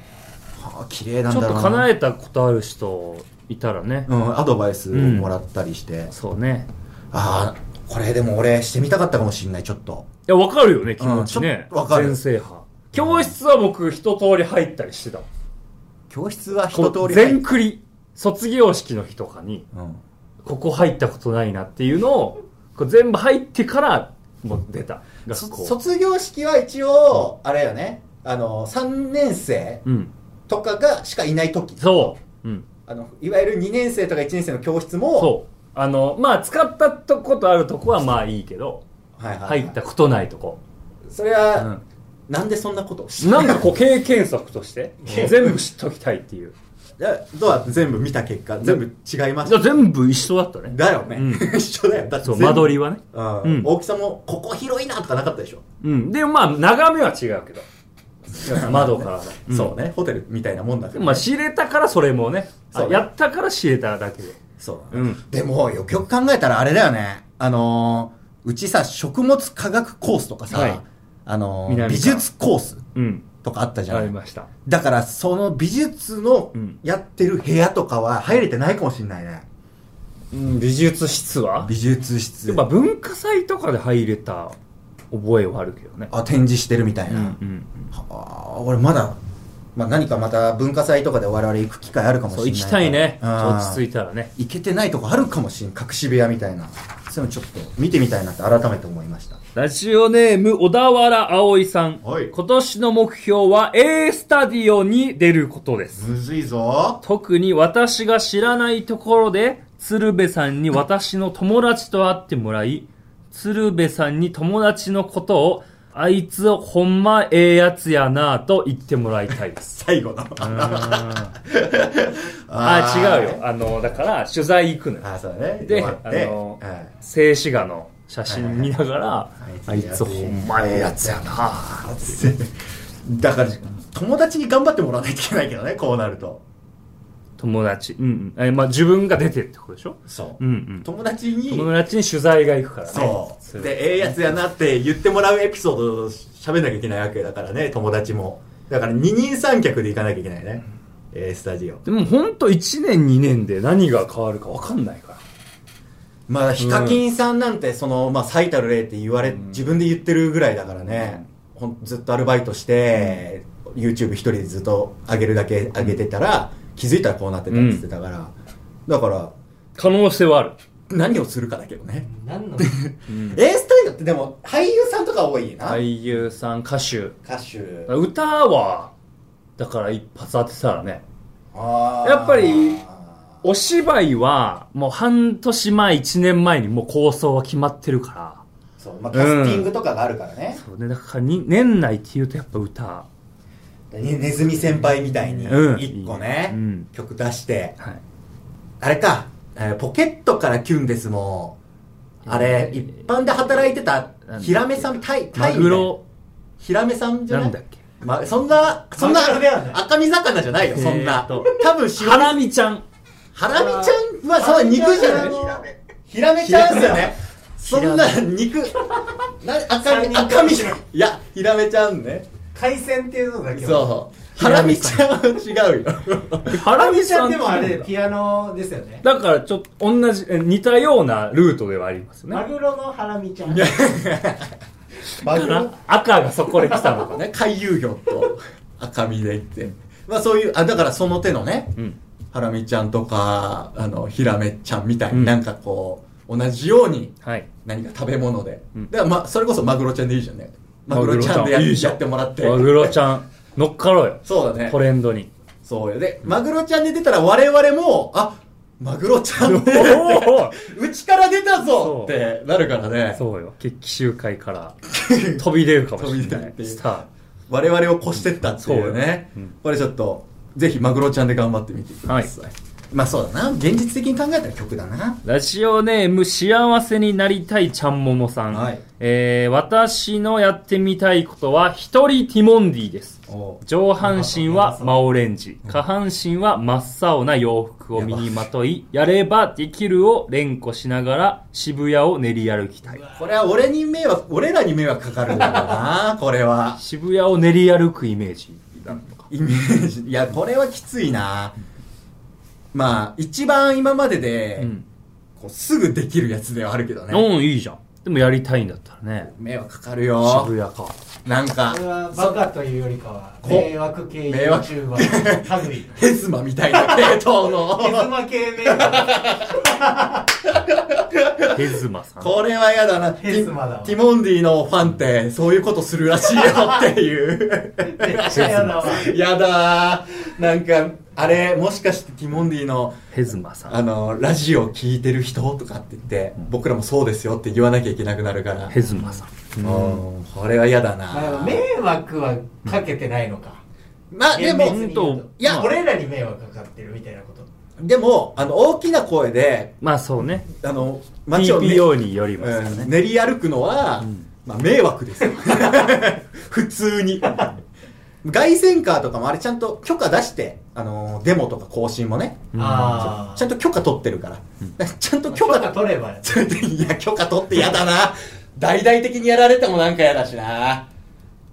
Speaker 2: はあ、綺麗なん
Speaker 3: ちょ
Speaker 2: だ
Speaker 3: っ
Speaker 2: ろ
Speaker 3: と
Speaker 2: うな
Speaker 3: 叶えたことある人いたらね。
Speaker 2: うん、アドバイスをもらったりして、
Speaker 3: そうね。
Speaker 2: ああこれでも俺してみたかったかもしんないちょっと
Speaker 3: いや、わかるよね、気持ちね。
Speaker 2: うんちょっとわかる
Speaker 3: 全制覇。教室は僕、一通り入ったりしてたもん。
Speaker 2: 教室は一通り入
Speaker 3: 全
Speaker 2: っ
Speaker 3: クリ、卒業式の日とかに、
Speaker 2: うん、
Speaker 3: ここ入ったことないなっていうのを、こう全部入ってから、もう出た。
Speaker 2: そ
Speaker 3: 学校。
Speaker 2: 卒業式は一応あれよねあの3年生
Speaker 3: うん。
Speaker 2: とかがしかいない時
Speaker 3: そう。うん。
Speaker 2: あのいわゆる2年生とか1年生の教室も
Speaker 3: そう。あの、まあ、使ったとことあるとこはまあいいけど、
Speaker 2: はいはいはい、
Speaker 3: 入ったことないとこ。
Speaker 2: それは、
Speaker 3: うん
Speaker 2: なんでそんなこと
Speaker 3: なんかこう、経験則として、全部知っときたいっていう。
Speaker 2: いやドア全部見た結果全部違いま
Speaker 3: じゃ
Speaker 2: し
Speaker 3: あ全部一緒だったね。
Speaker 2: だよね、
Speaker 3: うん
Speaker 2: 一緒だよだって
Speaker 3: そう、
Speaker 2: 全部
Speaker 3: 間取りはね。
Speaker 2: うん
Speaker 3: うん
Speaker 2: 大きさもここ広いなとかなかったでしょ、
Speaker 3: うん。で、まあ、眺めは違うけど。 窓からだ。ん
Speaker 2: そう。ねホテルみたいなもんだから、
Speaker 3: でもまあ、知れたからそれもね。あ
Speaker 2: そうね
Speaker 3: やったから知れただけで。
Speaker 2: そう、
Speaker 3: うん
Speaker 2: でもよくよく考えたらあれだよねあのーうちさ食物科学コースとかさ、
Speaker 3: はい
Speaker 2: あのー
Speaker 3: 南
Speaker 2: 美
Speaker 3: か
Speaker 2: 術コース
Speaker 3: うん。
Speaker 2: とかあったじゃ
Speaker 3: あ
Speaker 2: な
Speaker 3: り
Speaker 2: い
Speaker 3: ました。
Speaker 2: だからその美術の
Speaker 3: うん
Speaker 2: やってる部屋とかは入れてないかもしんないね
Speaker 3: うん、美術室は
Speaker 2: 美術室
Speaker 3: やっぱ文化祭とかで入れた覚えはあるけどね。
Speaker 2: あ展示してるみたいな、
Speaker 3: うん。
Speaker 2: ああ俺まだ、まあ、何かまた文化祭とかで我々行く機会あるかもしれ
Speaker 3: そう、
Speaker 2: ない
Speaker 3: 行きたいね。落ち着
Speaker 2: い
Speaker 3: いたらね。
Speaker 2: 行けてないとこあるかもしれん隠し部屋みたいなそういうのちょっと見てみたいなって改めて思いました
Speaker 3: ラジオネーム、小田原葵さん。
Speaker 2: はい
Speaker 3: 今年の目標は A スタディオに出ることです。
Speaker 2: むずいぞ
Speaker 3: 特に私が知らないところで、鶴瓶さんに私の友達と会ってもらい、鶴瓶さんに友達のことを、あいつほんまええやつやなぁと言ってもらいたいです。
Speaker 2: 最後の
Speaker 3: あ
Speaker 2: ー
Speaker 3: 違うよ。あの、だから、取材行くのよ。
Speaker 2: あーそうだね終
Speaker 3: で
Speaker 2: わって
Speaker 3: あのー
Speaker 2: うん
Speaker 3: 静止画の写真見ながら、
Speaker 2: は
Speaker 3: あ
Speaker 2: い
Speaker 3: い
Speaker 2: はいはい
Speaker 3: つほんまええやつやな
Speaker 2: だから友達に頑張ってもらわないといけないけどねこうなると
Speaker 3: 友達。うんうん。え、まあ、自分が出てってことでしょ
Speaker 2: そう、
Speaker 3: うんうん。
Speaker 2: 友達に
Speaker 3: 友達に取材が行くからね。
Speaker 2: そう。で、ええやつやなって言ってもらうエピソードを喋んなきゃいけないわけだからね、友達も。だから二人三脚で行かなきゃいけないね。えースタジオ。
Speaker 3: でもほんと1年2年で何が変わるか分かんないから。
Speaker 2: まあ、ヒカキンさんなんて、その、まあ、最たる例って言われ、自分で言ってるぐらいだからね、ほんずっとアルバイトして、YouTube 一人でずっと上げるだけ上げてたら、気づいたらこうなってたって言ってたから、だから、
Speaker 3: 可能性はある。
Speaker 2: 何をするかだけどね。
Speaker 4: 何の
Speaker 2: えースタジオってでも、俳優さんとか多いな。
Speaker 3: 俳優さん、歌手。
Speaker 2: 歌手。
Speaker 3: 歌は、だから一発当てたらね。
Speaker 2: あー
Speaker 3: やっぱりお芝居は、もう半年前、1年前にもう構想は決まってるから。
Speaker 2: そう、まあ、キャスティングとかがあるからね、
Speaker 3: そうね、だからに年内っていうとやっぱ歌は
Speaker 2: ねネズミ先輩みたいに
Speaker 3: うん
Speaker 2: 一個ね、
Speaker 3: うん
Speaker 2: 曲出して
Speaker 3: い
Speaker 2: あれか、えーポケットからキュンですもんあれ
Speaker 3: え
Speaker 2: 一
Speaker 3: ー
Speaker 2: 般で働いてた
Speaker 3: なんだっけ
Speaker 2: ヒラメさんタイタ
Speaker 3: マ
Speaker 2: イ
Speaker 3: グロ
Speaker 2: ヒラメさんじゃない
Speaker 3: なんだっけ
Speaker 2: ま、そんなそんな
Speaker 4: マグロではない
Speaker 2: 赤身魚じゃないよそん
Speaker 3: えー
Speaker 2: な
Speaker 3: っと
Speaker 2: 多分白
Speaker 3: ハラミちゃん
Speaker 2: ハラミちゃんはその肉じゃないヒラメちゃんですよねそんな肉な赤身赤身じゃないいやヒラメちゃんね
Speaker 4: 海鮮っていうのだけは
Speaker 2: そうハラミちゃんは違うよ
Speaker 3: ハ
Speaker 4: ハ
Speaker 3: ラ
Speaker 4: ラ
Speaker 3: ミ
Speaker 4: ミち
Speaker 3: ちゃ
Speaker 4: ゃ
Speaker 3: ん
Speaker 4: んでもあ
Speaker 3: って
Speaker 4: れ
Speaker 3: なんだ
Speaker 4: ピアノですよね
Speaker 3: だからちょっと同じえ似たようなルートではありますよ
Speaker 4: マ
Speaker 3: ね
Speaker 4: グロのハラミちゃん
Speaker 2: マ
Speaker 3: だから赤がそこで来たの かね
Speaker 2: ね海遊魚 と赤身でいってまあそういうあだからその手のね
Speaker 3: うん
Speaker 2: ハラミちゃんとかあのヒラメちゃんみたいに、
Speaker 3: うん
Speaker 2: なんかこう同じように
Speaker 3: はい
Speaker 2: 何か食べ物で、
Speaker 3: うん
Speaker 2: だからまあそれこそマグロちゃんでいいじゃんねマグロちゃんでや
Speaker 3: マグロちゃんいいじゃん
Speaker 2: やってもらって
Speaker 3: マグロちゃん乗っかろうよ
Speaker 2: そうだね
Speaker 3: トレンドに
Speaker 2: そうよでマグロちゃんで出たら我々もあマグロちゃんって
Speaker 3: おお
Speaker 2: うちから出たぞ
Speaker 3: そ
Speaker 2: っ
Speaker 3: う
Speaker 2: てなるからね
Speaker 3: そうよ決起集会から飛び出るかもし
Speaker 2: 飛
Speaker 3: れ
Speaker 2: び出
Speaker 3: な
Speaker 2: るっ
Speaker 3: い
Speaker 2: ていう
Speaker 3: スター
Speaker 2: 我々を越してったっていうね
Speaker 3: そうようん
Speaker 2: これちょっとぜひマグロちゃんで頑張ってみてください、
Speaker 3: はい
Speaker 2: まあそうだな現実的に考えたら曲だな
Speaker 3: ラジオネーム幸せになりたいちゃんももさん、
Speaker 2: はい
Speaker 3: えー、私のやってみたいことは一人ティモンディです
Speaker 2: お
Speaker 3: 上半身は真オレンジ下半身は真っ青な洋服を身にまといやればできるを連呼しながら渋谷を練り歩きたい
Speaker 2: これは俺に迷惑俺らに迷惑かかるんだろうな これは
Speaker 3: 渋谷を練り歩くイメージなのか
Speaker 2: イメージいやこれはきついなまあ一番今までで、
Speaker 3: うん、
Speaker 2: こうすぐできるやつではあるけどね
Speaker 3: うん、いいじゃんでもやりたいんだったらね
Speaker 2: 迷惑かかる
Speaker 3: 渋
Speaker 2: よ
Speaker 3: 谷か
Speaker 2: なんか
Speaker 4: これはバカというよりかは
Speaker 2: こ
Speaker 4: 迷惑系
Speaker 2: 迷惑
Speaker 4: YouTuber 類
Speaker 2: ヘズマみたいな系統
Speaker 4: ヘズ
Speaker 2: の
Speaker 4: マ系 迷惑
Speaker 3: ヘズマ さん
Speaker 2: これは嫌だな
Speaker 4: ヘズマだわ
Speaker 2: ティティモンディのファンってそういうことするらしいよっていう
Speaker 4: めっちゃ嫌だわ
Speaker 2: やだーなんかあれもしかしてティモンディの
Speaker 3: ヘズマさ
Speaker 2: あ
Speaker 3: ん
Speaker 2: のラジオ聞いてる人とかって言って僕らもそうですよって言わなきゃいけなくなるから
Speaker 3: ヘズマさん
Speaker 2: うんこれは嫌だ
Speaker 4: まあでも
Speaker 2: な
Speaker 4: 迷惑はかけてないのか
Speaker 2: まあでも
Speaker 4: 厳密に言うと
Speaker 2: いや
Speaker 4: まあ俺らに迷惑かかってるみたいなこと
Speaker 2: でもあの大きな声で
Speaker 3: まあそうね
Speaker 2: あの街をね
Speaker 3: TPO によりますよ
Speaker 2: う
Speaker 3: ね
Speaker 2: ん練り歩くのは、まあ、迷惑です よ普通に凱旋カーとかもあれちゃんと許可出して、あのーデモとか更新もね
Speaker 4: ああ
Speaker 2: ちゃんと許可取ってるから、ちゃんと許
Speaker 4: 許
Speaker 2: 可
Speaker 4: 可取れば
Speaker 2: いや許可取ってやだな大々的にやられてもなんかやだしな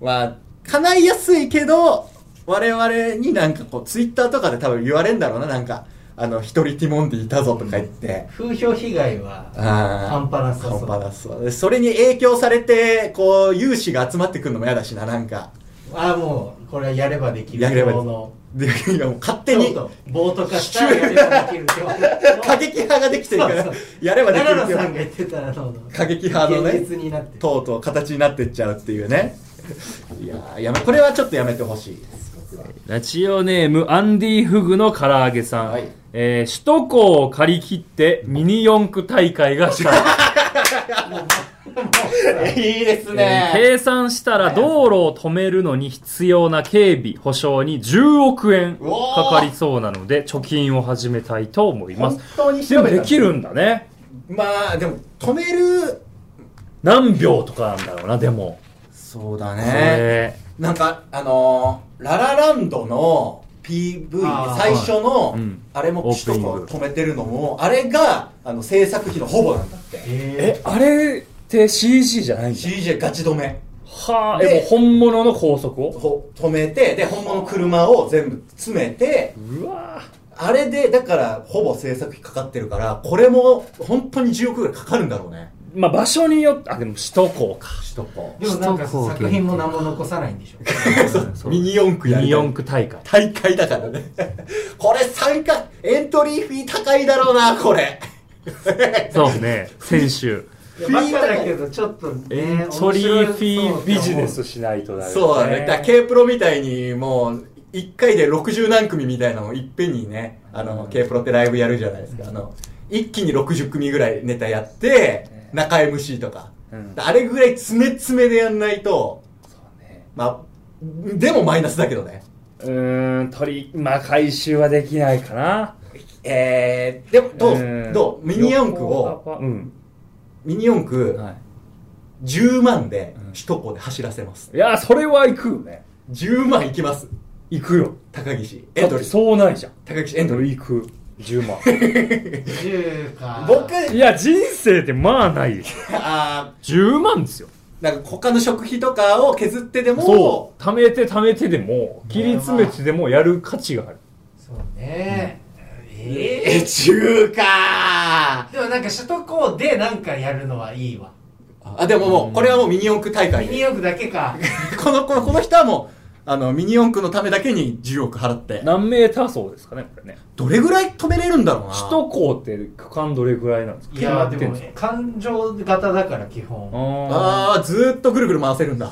Speaker 2: まあ叶いやすいけど我々になんかこうツイッターとかで多分言われんだろうななんかあの一人ティモンディいたぞとか言って、
Speaker 4: 風評被害は
Speaker 2: あー
Speaker 4: 半端なさそう
Speaker 2: 半端なさそうそれに影響されてこう有志が集まってくるのも嫌だしななんか
Speaker 4: ああもうこれはやればできる
Speaker 2: やれば
Speaker 4: この
Speaker 2: でいやもう勝手に
Speaker 4: と暴徒化したらやればできるっ てこと
Speaker 2: 過激派ができてるから
Speaker 4: そうそう
Speaker 2: やればできる
Speaker 4: 長
Speaker 2: って
Speaker 4: 野さんが言ってたらどうの
Speaker 2: 過激派のね
Speaker 4: 現実になってる
Speaker 2: とうとう形になってっちゃうっていうねいやーやめこれはちょっとやめてほしいです僕は
Speaker 3: ラジオネームアンディ・フグの唐揚げさん、
Speaker 2: はい
Speaker 3: えー首都高を借り切ってミニ四駆大会がしたい、
Speaker 2: いいです
Speaker 3: えー計算したら道路を止めるのに必要な警備保証に10億円かかりそうなので貯金を始めたいと思いま
Speaker 2: 本
Speaker 3: す
Speaker 2: 当に
Speaker 3: で
Speaker 2: 調
Speaker 3: も
Speaker 2: べた
Speaker 3: できるんだね
Speaker 2: まあでも止める
Speaker 3: 何秒とかなんだろうなでも
Speaker 2: そうだ
Speaker 3: え
Speaker 2: なんかあのーララランドの PV
Speaker 4: あー
Speaker 2: 最初の、
Speaker 3: はいうん
Speaker 2: あれも
Speaker 3: オ
Speaker 2: 首
Speaker 3: ープニ
Speaker 2: 都
Speaker 3: ング
Speaker 2: 高を止めてるのもあれがあの制作費のほぼなんだって
Speaker 4: え
Speaker 3: あれって CG じゃない
Speaker 2: CJ ガチ止め
Speaker 3: はあ
Speaker 2: で
Speaker 3: えもう本物の高速を
Speaker 2: ほ止めてで本物の車を全部詰めて
Speaker 3: うわ
Speaker 2: あれでだからほぼ制作費かかってるからこれも本当に10億ぐらいかかるんだろうね
Speaker 3: まあ場所によってあでも首都高か
Speaker 2: 首都高
Speaker 4: ーでもなんか
Speaker 3: 首都高
Speaker 4: 作品も何も残さないんでしょ
Speaker 3: そう
Speaker 2: ミニ四駆
Speaker 3: ミ
Speaker 2: やり
Speaker 3: ニ
Speaker 2: たい
Speaker 3: 四駆大会
Speaker 2: 大会だからね これ参加エントリーフィー高いだろうなこれ
Speaker 3: そうね、先週。
Speaker 4: いやバカだけどちょっと
Speaker 3: エ
Speaker 4: ね
Speaker 3: ントリーフィ
Speaker 4: 面白そう
Speaker 3: ービジネスしないとだよね。
Speaker 2: そうだね。だ K プロみたいに、もう、1回で60何組みたいなのをいっぺんにね、あの、K プロってライブやるじゃないですか。あの、一気に60組ぐらいネタやって、中 MC とか。
Speaker 5: うん
Speaker 2: あれぐらい詰め詰めでやんないと、
Speaker 5: そうね
Speaker 2: まあ、でもマイナスだけどね。
Speaker 5: うーん取りまあ回収はできないかな
Speaker 2: えー、でも、どう、
Speaker 5: ん
Speaker 2: どうミニ四駆を、
Speaker 5: 横幅うん
Speaker 2: ミニ四駆、
Speaker 5: は
Speaker 2: 10万で、一個で走らせます。
Speaker 5: いいやそれは行くよね
Speaker 2: 10万いきます。
Speaker 5: 行くよ
Speaker 2: 高岸。エ
Speaker 5: だっ
Speaker 2: ント
Speaker 5: て
Speaker 2: リー。
Speaker 5: そうないじゃん
Speaker 2: 高岸エントリー。
Speaker 5: 行く10万
Speaker 4: 10か
Speaker 2: 僕、
Speaker 3: いや、人生でまあないよ。
Speaker 2: あ
Speaker 3: 10万ですよ。
Speaker 2: ーなんか他の食費とかを削ってでも、
Speaker 3: そう。貯めて貯めてでも、切り詰めてでもやる価値がある。
Speaker 4: そうね、え
Speaker 2: えー、中か
Speaker 4: ーでもなんか首都高でなんかやるのはいいわ
Speaker 2: あ、でももう、これはもうミニ四駆大会
Speaker 4: ミニ
Speaker 2: で。
Speaker 4: 四駆だけか
Speaker 2: この、この、この人はもう、あの、ミニ四駆のためだけに10億払って。
Speaker 3: 何メーター走ですかね、これね。
Speaker 2: どれぐらい止めれるんだろうな。
Speaker 3: 首都高って区間どれぐらいなんですか
Speaker 4: いや
Speaker 3: 決まっ
Speaker 4: ー
Speaker 3: て
Speaker 4: で
Speaker 3: ん
Speaker 4: も
Speaker 3: すか
Speaker 4: 感情型だから基本
Speaker 3: あ
Speaker 2: あー、ずーっとぐるぐる回せるんだ。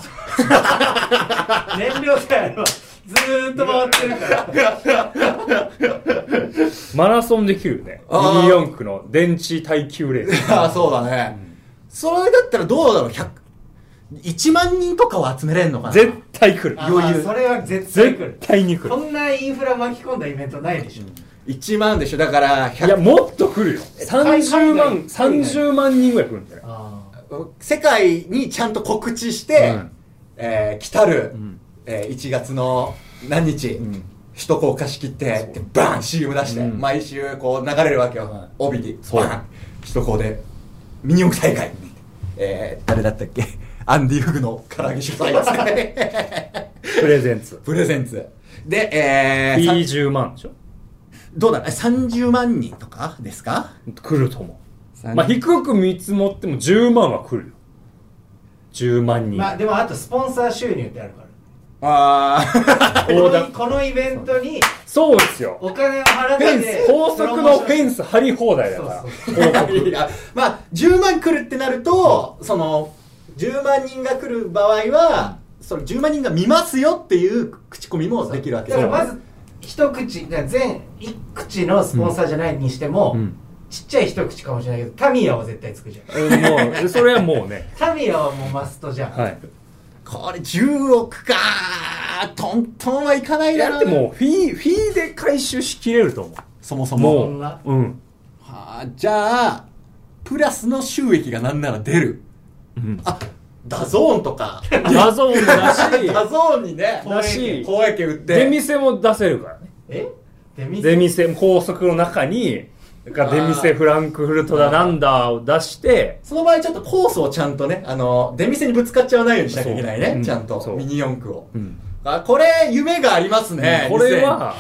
Speaker 4: 燃料代はずーっと回ってるから
Speaker 3: ーマラソンできるよね。
Speaker 2: あー
Speaker 3: ミニ四駆の電池耐久レース。
Speaker 2: あー、 そうだね。それだったらどうだろう、100、1万人とかを集めれんのかな。
Speaker 3: 絶対来る。
Speaker 4: あ
Speaker 2: 余裕
Speaker 4: まあそれは絶対来
Speaker 3: 絶
Speaker 4: る
Speaker 3: 対に来
Speaker 4: こ
Speaker 3: る。
Speaker 4: んなインフラ巻き込んだイベントないでしょ
Speaker 2: 1万でしょ。だから、
Speaker 3: いや、
Speaker 2: 100、
Speaker 3: もっと来るよ。30万、
Speaker 4: 海外
Speaker 3: 30万人ぐらい来るんだよ。
Speaker 4: あー
Speaker 2: 世界にちゃんと告知して、
Speaker 5: うん
Speaker 2: えー、来たる、
Speaker 5: ん
Speaker 2: えー、1月の何日、
Speaker 5: ん
Speaker 2: 首都高貸し切って、でバーン CM 出して、
Speaker 5: うん
Speaker 2: 毎週こう流れるわけよ。
Speaker 5: はい
Speaker 2: 帯に、
Speaker 5: そう
Speaker 2: バーン首都高で、ミニオン大会。えー、誰だったっけアンディ・フグの唐揚げ主 催ですね。
Speaker 3: プレゼンツ。
Speaker 2: プレゼンツ。で、えー、さ
Speaker 3: P10 万でしょ
Speaker 2: どうだろう ?30 万人とかですか
Speaker 3: 来ると思う。まあ、低く見積もっても10万は来るよ。10万人。
Speaker 4: まあでもあとスポンサー収入ってあるから
Speaker 2: あー
Speaker 4: この
Speaker 3: 横断
Speaker 4: このイベントに
Speaker 3: そうですよ。
Speaker 4: お金を払っ
Speaker 3: フェン
Speaker 4: て
Speaker 3: ス、高速のフ
Speaker 4: ン
Speaker 3: ェンス張り放題だから。
Speaker 4: そう
Speaker 3: 広 告
Speaker 2: いやまあ10万来るってなると、その10万人が来る場合は、その10万人が見ますよっていう口コミもできるわけ
Speaker 4: だ
Speaker 2: で
Speaker 4: か
Speaker 2: す
Speaker 4: らまず一口だから全一口のスポンサーじゃないにしても、
Speaker 3: うん
Speaker 4: ちっちゃい一口かもしれないけどタミヤは絶対つくじゃん
Speaker 3: うんもう、それはもうね。
Speaker 4: タミヤはもうマストじゃん、
Speaker 3: はい。
Speaker 2: これ10億かトントンはいかないだ
Speaker 3: や
Speaker 2: ろ
Speaker 3: ってもう、フィー、フィーで回収しきれると思。
Speaker 2: そもそうも
Speaker 3: も
Speaker 4: そんな
Speaker 3: う、う ん。
Speaker 2: はあじゃあプラスの収益がなんなら出る
Speaker 3: うん。
Speaker 2: あダゾーンとか
Speaker 3: 画像もだし、
Speaker 2: ダゾーンにね
Speaker 3: だし
Speaker 2: 公益売って
Speaker 3: 出店も出せるからね。
Speaker 4: えデミ
Speaker 3: 出店、高速の中に、が出店フランクフルトだなんだを出して、
Speaker 2: その場合ちょっとコースをちゃんとね、あの、出店にぶつかっちゃわないようにしなきゃいけないね。
Speaker 3: そう
Speaker 2: ちゃんと
Speaker 3: うん、そう
Speaker 2: ミニ四駆を。
Speaker 3: うん
Speaker 2: あ、これ、夢がありますね。
Speaker 3: これは、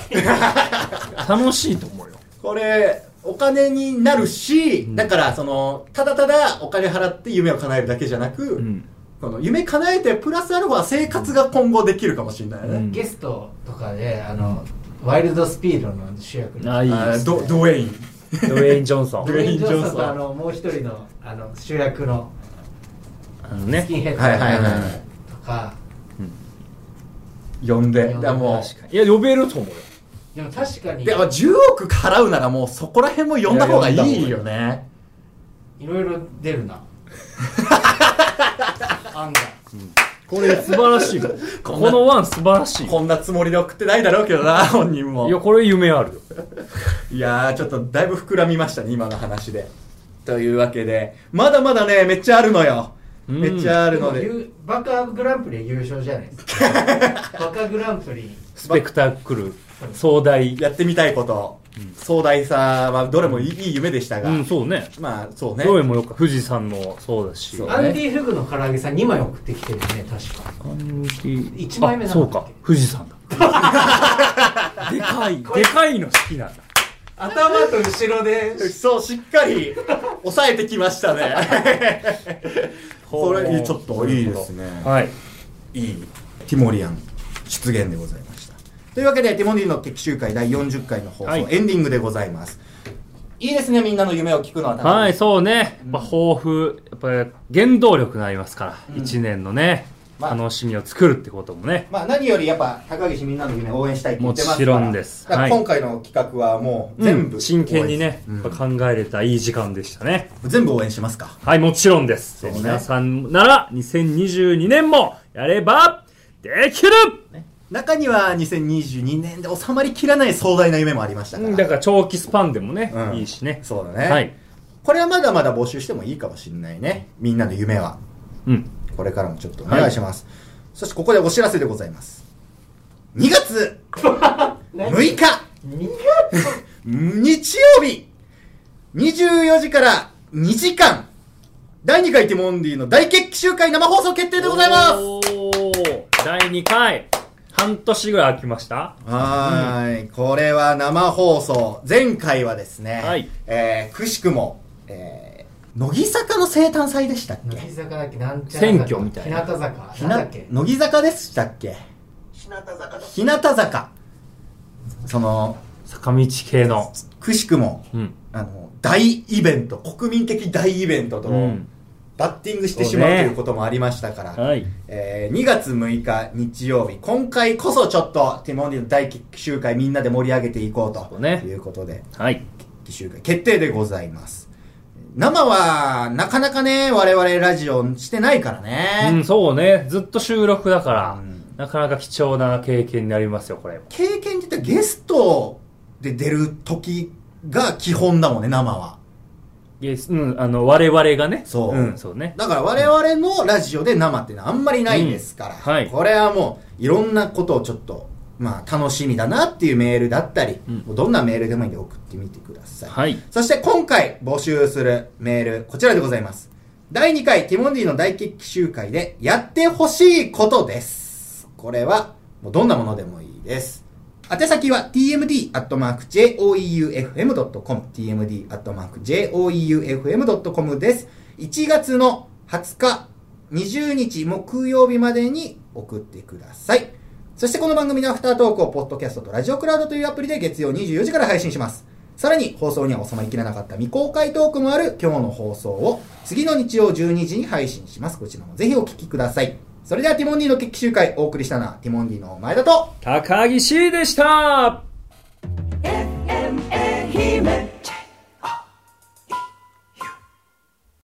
Speaker 3: 楽しいと思うよ。
Speaker 2: 2000。これ、お金になるし、だから、その、ただただお金払って夢を叶えるだけじゃなく、
Speaker 3: うん。
Speaker 2: この夢叶えて、プラスアルファ生活が今後できるかもしれないね。
Speaker 3: うん
Speaker 4: ゲストとかであのワイルドスピードの主役の
Speaker 3: あ、いい
Speaker 2: あ
Speaker 3: で
Speaker 2: ー
Speaker 3: す。
Speaker 2: ドドウェイン。
Speaker 3: ドウェイン・ジョンソ
Speaker 2: ド
Speaker 3: ン。
Speaker 2: ウェイン
Speaker 4: ジョンソン
Speaker 2: ジョンソン
Speaker 4: とあのもう一人のあの主役の
Speaker 3: あの
Speaker 4: ス
Speaker 3: ね。
Speaker 4: キンヘッド
Speaker 2: はいはいは
Speaker 4: とか
Speaker 2: い。呼んで。
Speaker 4: 呼んで
Speaker 2: だからも
Speaker 4: 確
Speaker 2: う、
Speaker 3: いや、呼べると思うよ。
Speaker 4: でも確かに
Speaker 2: でも10億払うならもうそこら辺も呼んだ方がいいよね。
Speaker 4: いろいろ出 るな案外
Speaker 3: これ素晴らしいもん
Speaker 2: こんな
Speaker 3: このワン素晴らしい
Speaker 2: こんなつもりで送ってないだろうけどな、本人も。
Speaker 3: いやこれ夢あるよ
Speaker 2: いやー、ちょっとだいぶ膨らみましたね、今の話で。というわけで、まだまだね、めっちゃあるのよ。
Speaker 3: うん
Speaker 2: めっちゃあるの
Speaker 4: で
Speaker 2: で。
Speaker 4: も優バカグランプリは優勝じゃないですか バカグランプリ
Speaker 3: スペクタクル壮大
Speaker 2: やってみたいこと。壮大さは、どれもいいいい夢でしたが。
Speaker 3: うんそうね
Speaker 2: まあ、そうね。
Speaker 3: どれもよく富士山もそうだし
Speaker 2: そう
Speaker 4: アンディ・フグの唐揚げさん2枚送ってきてるね確か一
Speaker 3: 1
Speaker 4: 枚目なんだ
Speaker 3: そうか富士山だ でかいでかいの好きなんだ
Speaker 4: 頭と後ろで
Speaker 2: そう、しっかり、抑えてきました ね。これ、ちょっといいですね。
Speaker 3: はい
Speaker 2: いいティモリアン出現でございましたというわけでティモリーの劇集会第40回の放送、
Speaker 3: はい
Speaker 2: エンディングでございますいいですねみんなの夢を聞くのは楽し
Speaker 3: はいそうねやっぱ抱負やっぱり原動力になりますから1年のね
Speaker 2: まあ
Speaker 3: 楽しみを作るってこともね、
Speaker 2: まあ何よりやっぱ高岸みんなの夢応援したいって言ってますから
Speaker 3: もちろんです
Speaker 2: だから
Speaker 3: はい
Speaker 2: 今回の企画はもう全部、
Speaker 3: うん真剣にね、
Speaker 2: うん
Speaker 3: やっぱ考えれたいい時間でしたね。
Speaker 2: 全部応援しますか
Speaker 3: はい、もちろんです。
Speaker 2: そうね
Speaker 3: 皆さんなら、2022年もやれば、できる、
Speaker 2: 中には2022年で収まりきらない壮大な夢もありましたから、
Speaker 3: だから長期スパンでもね、
Speaker 2: うん
Speaker 3: いいしね。
Speaker 2: そうだね、
Speaker 3: はい。
Speaker 2: これはまだまだ募集してもいいかもしれないねみんなの夢は
Speaker 3: うん。
Speaker 2: これからもちょっとお願いします、そしてここでお知らせでございます2月 6日
Speaker 4: みんな
Speaker 2: 日曜日24時から2時間第2回ティモンディの大決起集会生放送決定でございます
Speaker 3: おー第2回半年ぐらい空きました
Speaker 2: はーい、これは生放送前回はですね、
Speaker 3: はい
Speaker 2: えー、くしくも、えー、乃木坂の生誕祭でしたっ
Speaker 4: 乃木
Speaker 2: け
Speaker 4: 坂だっけなんちゃら
Speaker 3: 選挙みたいな
Speaker 4: 日向坂
Speaker 2: ひ
Speaker 4: なんだ
Speaker 2: な
Speaker 4: っけ
Speaker 2: 乃木坂でしたっけ日向坂その
Speaker 3: 坂道系の。
Speaker 2: くしくも
Speaker 3: うん。
Speaker 2: あの大イベント国民的大イベントと、
Speaker 3: うん
Speaker 2: バッティングしてしまう
Speaker 3: そ
Speaker 2: と
Speaker 3: うね
Speaker 2: いうこともありましたから、
Speaker 3: はい。
Speaker 2: えー2月6日日曜日、今回こそちょっとティモンディの大集会みんなで盛り上げていこう
Speaker 3: そ
Speaker 2: と
Speaker 3: うね
Speaker 2: いうことで、
Speaker 3: はい。
Speaker 2: 奇襲会決定でございます。生は、なかなかね、我々ラジオしてないからね。
Speaker 3: うん、そうね。ずっと収録だから、
Speaker 2: うん
Speaker 3: なかなか貴重な経験になりますよ、これ。
Speaker 2: 経験って言ったらゲストで出る時が基本だもんね、生は。
Speaker 3: イエスうん、あの、我々がね。
Speaker 2: そう
Speaker 3: うん、そうね。
Speaker 2: だから我々のラジオで生っていうのはあんまりないですから、
Speaker 3: うんはい
Speaker 2: これはもういろんなことをちょっと、まあ、楽しみだなっていうメールだったり、
Speaker 3: うん
Speaker 2: もうどんなメールでもいいんで送ってみてください、
Speaker 3: はい。
Speaker 2: そして今回募集するメール、こちらでございます。第2回ティモンディの大決起集会でやってほしいことです。これは、もうどんなものでもいいです。宛先は tmd.joeufm.com tmd.joeufm.com です。1月の20日、20日木曜日までに送ってください。そしてこの番組のアフタートークをポッドキャストとラジオクラウドというアプリで月曜24時から配信します。さらに放送には収まりきらなかった未公開トークもある今日の放送を次の日曜12時に配信します。こちらもぜひお聞きください。それではティモンディの決起集会お送りしたのはティモンディの前田と
Speaker 3: 高岸でした